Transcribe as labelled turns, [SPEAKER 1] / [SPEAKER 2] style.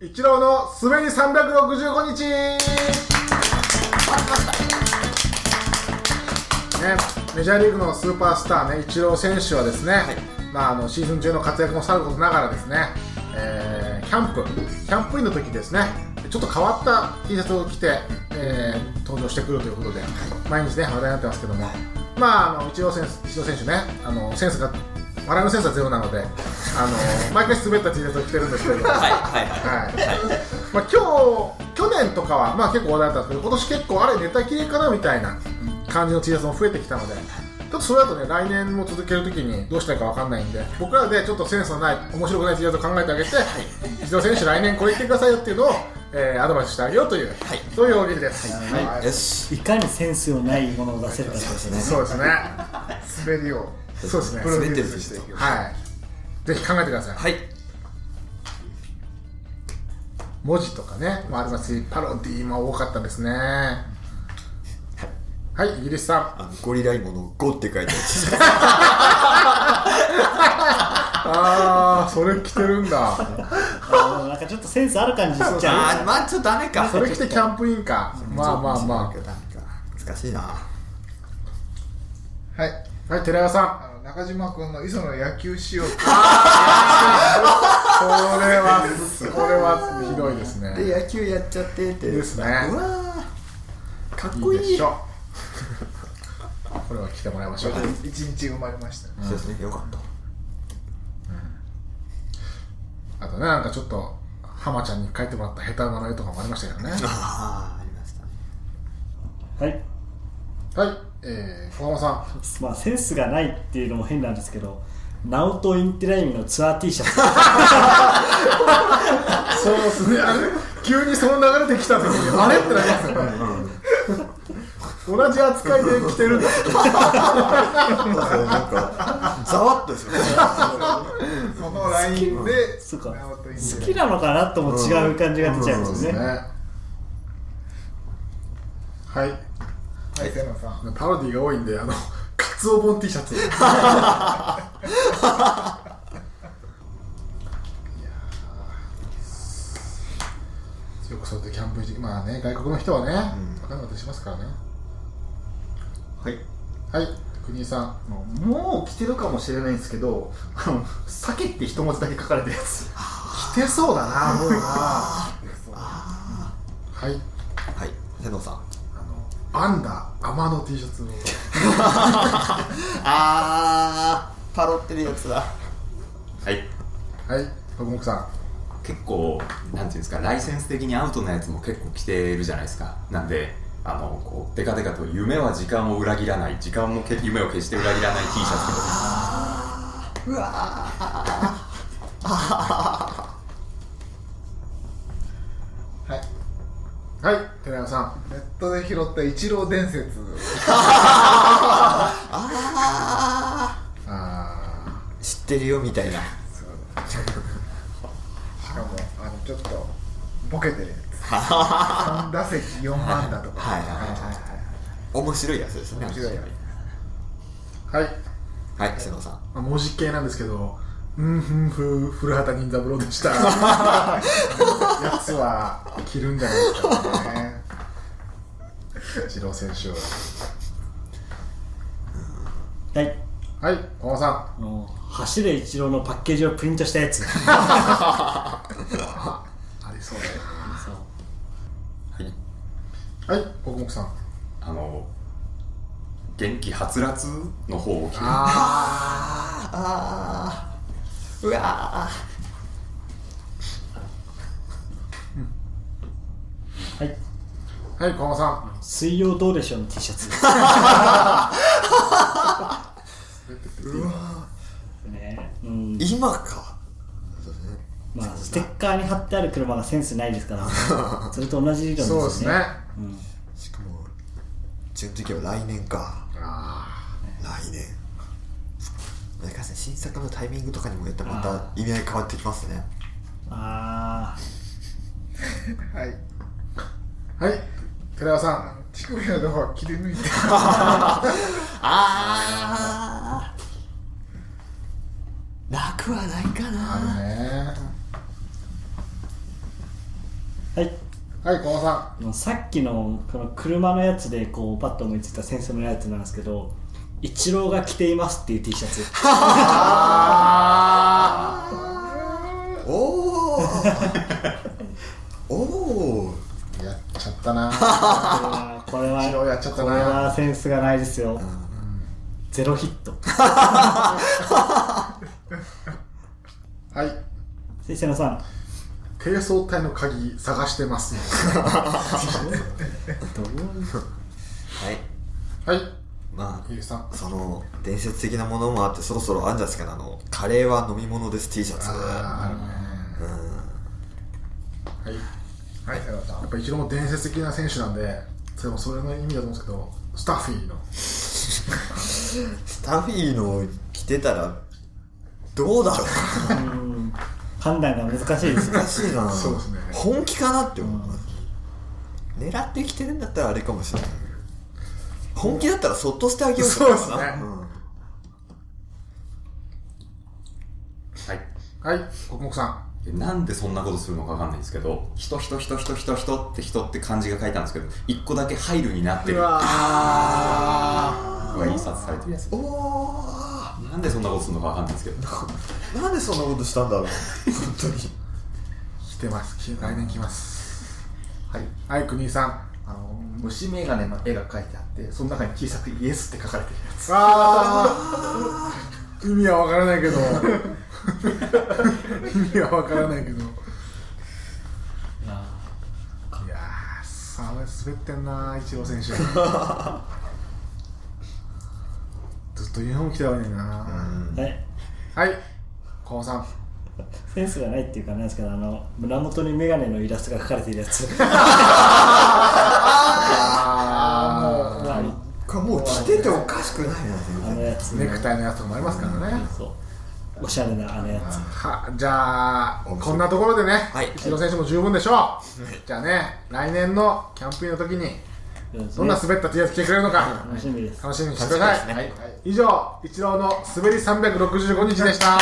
[SPEAKER 1] 一郎の滑り365日ねメジャーリーグのスーパースターねイチロー選手はですね、まあ、あのシーズン中の活躍もさることながらですね、えーキャンプキャンプインの時ですねちょっと変わった T シャツを着て、えー登場してくるということで毎日ね話題になってますけども、まあ、あのイチロー選手イチロー選手ねあのセンスが笑いのセンスはゼロなので、あの毎回滑った T シャツを着てるんですけれども、
[SPEAKER 2] はいはいはい
[SPEAKER 1] はい、まあ、今日去年とかは、まあ、結構話題だったんですけど今年結構あれネタ切れかなみたいな感じの T シャツも増えてきたのでちょっとそれだとね来年も続けるときにどうしたいかわかんないんで僕らでちょっとセンスのない面白くない T シャツを考えてあげて一度選手来年これ言ってくださいよっていうのを、えーアドバイスしてあげようという、
[SPEAKER 2] はい
[SPEAKER 1] そういう大喜利です、
[SPEAKER 3] はい
[SPEAKER 1] はい
[SPEAKER 2] よし
[SPEAKER 3] いかにセンスのないものを出せるかってことですね。
[SPEAKER 1] そうですね滑りをそうですね
[SPEAKER 2] プロデュースしていきましょう
[SPEAKER 1] はいぜひ考えてください、
[SPEAKER 2] はい
[SPEAKER 1] 文字とかねもありますしパロディーも多かったですねはいイギリスさん
[SPEAKER 4] あのゴリライモの「ゴ」って書いてあ る
[SPEAKER 1] あーそれ着てるんだ
[SPEAKER 3] あのなんかちょっとセンスある感じしち
[SPEAKER 2] あ
[SPEAKER 3] ゃ
[SPEAKER 2] ー
[SPEAKER 3] う。
[SPEAKER 2] まあちょっとダメか
[SPEAKER 1] それ着てキャンプインかまあまあま
[SPEAKER 4] なんか難しいな
[SPEAKER 5] はい
[SPEAKER 1] あはい寺山さん
[SPEAKER 5] あの中島君の磯野野球しようって
[SPEAKER 1] これはこれはひどいですね
[SPEAKER 4] で野球やっちゃってって
[SPEAKER 1] ですね
[SPEAKER 4] うわーかっ
[SPEAKER 1] い
[SPEAKER 4] こい
[SPEAKER 1] い
[SPEAKER 4] い
[SPEAKER 1] でしょうこれは着てもらいましょう
[SPEAKER 5] 一日生まれました、
[SPEAKER 4] そうですねよかった
[SPEAKER 1] あとねなんかちょっと浜ちゃんに書いてもらった下手なの絵とかもありましたけどね
[SPEAKER 4] ああありましたね
[SPEAKER 3] はい。
[SPEAKER 1] はいえー、小浜さ
[SPEAKER 3] まあセンスがないっていうのも変なんですけど、ナオトインテライミのツアー T シャツ。
[SPEAKER 1] んそうですねあれ急にその流れで来た時にあれってなりますよね同じ扱いで着てるんだ
[SPEAKER 4] なんかざわっと ですよね
[SPEAKER 5] そのラインで
[SPEAKER 3] そうか
[SPEAKER 5] 直人いいんで
[SPEAKER 3] 好きなのかなとも違う感じが出ちゃうんです
[SPEAKER 1] ね
[SPEAKER 3] よね。
[SPEAKER 1] はい
[SPEAKER 5] はい瀬野さん
[SPEAKER 1] パロディが多いんであの カツオ本 T シャ ツいやーよくそうやってキャンプ行ってまあね外国の人はね、分かんなかったりしますからね
[SPEAKER 6] はい
[SPEAKER 1] はい国井さん
[SPEAKER 6] もう着てるかもしれないんですけどあの「酒」って一文字だけ書かれてるやつ
[SPEAKER 1] 着てそうだな もうなはい
[SPEAKER 4] はい瀬野さん
[SPEAKER 1] アンダーアマの T シャツを
[SPEAKER 4] あーパロってるやつだ
[SPEAKER 2] はい
[SPEAKER 1] はい徳木さん
[SPEAKER 2] 結構なんていうんですかライセンス的にアウトなやつも結構着てるじゃないですかなんであのこうデカデカと夢は時間を裏切らない時間もけ夢を決して裏切らない T シャツとか
[SPEAKER 5] はい
[SPEAKER 1] はい寺山さん
[SPEAKER 5] ネットで拾った一郎伝説
[SPEAKER 1] あ
[SPEAKER 4] 知ってるよみたいな
[SPEAKER 5] しかもあのちょっとボケてるやつ3打席4安打とか
[SPEAKER 4] はいはいはい面白いやつですね
[SPEAKER 5] 面白いや
[SPEAKER 1] ーはい、
[SPEAKER 4] はい瀬野さん
[SPEAKER 1] まあ、文字系なんですけどうんふんふ古畑任三郎でした やつは着るんじゃないですかね一郎選手
[SPEAKER 3] はい。
[SPEAKER 1] をはい小野さ
[SPEAKER 3] あの走れ一郎のパッケージをプリントしたやつ。
[SPEAKER 1] んありそう
[SPEAKER 3] そう
[SPEAKER 2] はい
[SPEAKER 1] だよはい奥目さん
[SPEAKER 2] あの元気はつらつの方を着て
[SPEAKER 4] あーうわ
[SPEAKER 3] はい。
[SPEAKER 1] はい小野さん
[SPEAKER 3] 水曜どうでしょうの T シャツ。 ね、うん
[SPEAKER 4] ー。今かそうですね
[SPEAKER 3] まあ、ステッカーに貼ってある車がセンスないです から、それと同じ理論です
[SPEAKER 1] そう
[SPEAKER 3] よね。
[SPEAKER 1] ですね
[SPEAKER 3] うん
[SPEAKER 4] しかも準時期は来年か来年なんかね新作のタイミングとかにもよってまた意味合い変わってきますね
[SPEAKER 3] あ
[SPEAKER 5] つはい
[SPEAKER 1] はい寺山さん
[SPEAKER 5] 乳首のとこは切り抜いて
[SPEAKER 4] あーなくはないか
[SPEAKER 1] あ
[SPEAKER 4] な
[SPEAKER 1] るね
[SPEAKER 3] はい
[SPEAKER 1] はい、駒場さ
[SPEAKER 3] もうさっきのこの車のやつでこうパッと思いついた先生のやつなんですけど「イチローが着ています」っていう T シャツ
[SPEAKER 4] おおおお
[SPEAKER 1] ん、やっちゃったな。
[SPEAKER 3] これは
[SPEAKER 1] イチローやっちゃったな
[SPEAKER 3] これはセンスがないですよゼロヒット
[SPEAKER 1] はい、
[SPEAKER 3] 先生のさん
[SPEAKER 1] 軽装隊の鍵探してます。
[SPEAKER 3] どう
[SPEAKER 4] はい
[SPEAKER 1] はい、
[SPEAKER 4] まあ
[SPEAKER 1] ゆうきさん。
[SPEAKER 4] その伝説的なものもあってそろそろあんじゃないですかねあの「カレーは飲み物です T シャツ」
[SPEAKER 1] あーあるね。はい、
[SPEAKER 5] はい、さようなら
[SPEAKER 1] やっぱ一郎も伝説的な選手なんで、それもそれの意味だと思うんですけど、スタッフィーの。
[SPEAKER 4] スタフィーの着てたらどうだろう
[SPEAKER 3] うん判断が難しいですよ
[SPEAKER 4] おかしいな
[SPEAKER 1] そうですね
[SPEAKER 4] 本気かなって思います、狙ってきてるんだったらあれかもしれない本気だったらそっとしてあげよう
[SPEAKER 1] そうですね
[SPEAKER 4] ん
[SPEAKER 2] はい
[SPEAKER 1] はい、国木さ
[SPEAKER 2] でなんでそんなことするのかわかんないんですけど、人人人人人人って人って漢字が書いたんですけど、一個だけ入るになってる。あーが印刷されてるやつ。
[SPEAKER 4] おー
[SPEAKER 2] なんでそんなことするのかわかんないんですけど。
[SPEAKER 4] なんでそんなことしたん だろう本当に
[SPEAKER 1] ん、来てます。き来年来ます。はい、はい、国井さん。
[SPEAKER 6] あの虫眼鏡の絵が描いてあってその中に小さくイエスって書かれてるやつ
[SPEAKER 1] あー意味はわからないけ ど意味はわからないけどいやーさ滑ってんなイチロー選手ずっとユニフォーム着たわけな
[SPEAKER 3] はい
[SPEAKER 1] はい高尾さん
[SPEAKER 3] センスがないっていうかなんですけどあの胸元に眼鏡のイラストが書かれているやつ
[SPEAKER 1] あ
[SPEAKER 3] まあ
[SPEAKER 4] これもう着てておかしくないな全
[SPEAKER 3] あの
[SPEAKER 4] 然
[SPEAKER 3] やつ
[SPEAKER 1] ネクタイのやつとかもありますからね
[SPEAKER 3] そうおしゃれなあのやつ
[SPEAKER 1] はじゃあこんなところでね、
[SPEAKER 4] はい
[SPEAKER 1] イチロー選手も十分でしょう、じゃあね来年のキャンプインの時にどんな滑った T シャツ着てくれるのか、
[SPEAKER 3] 楽しみです
[SPEAKER 1] 楽しみにしてください、以上イチローの滑り365日でした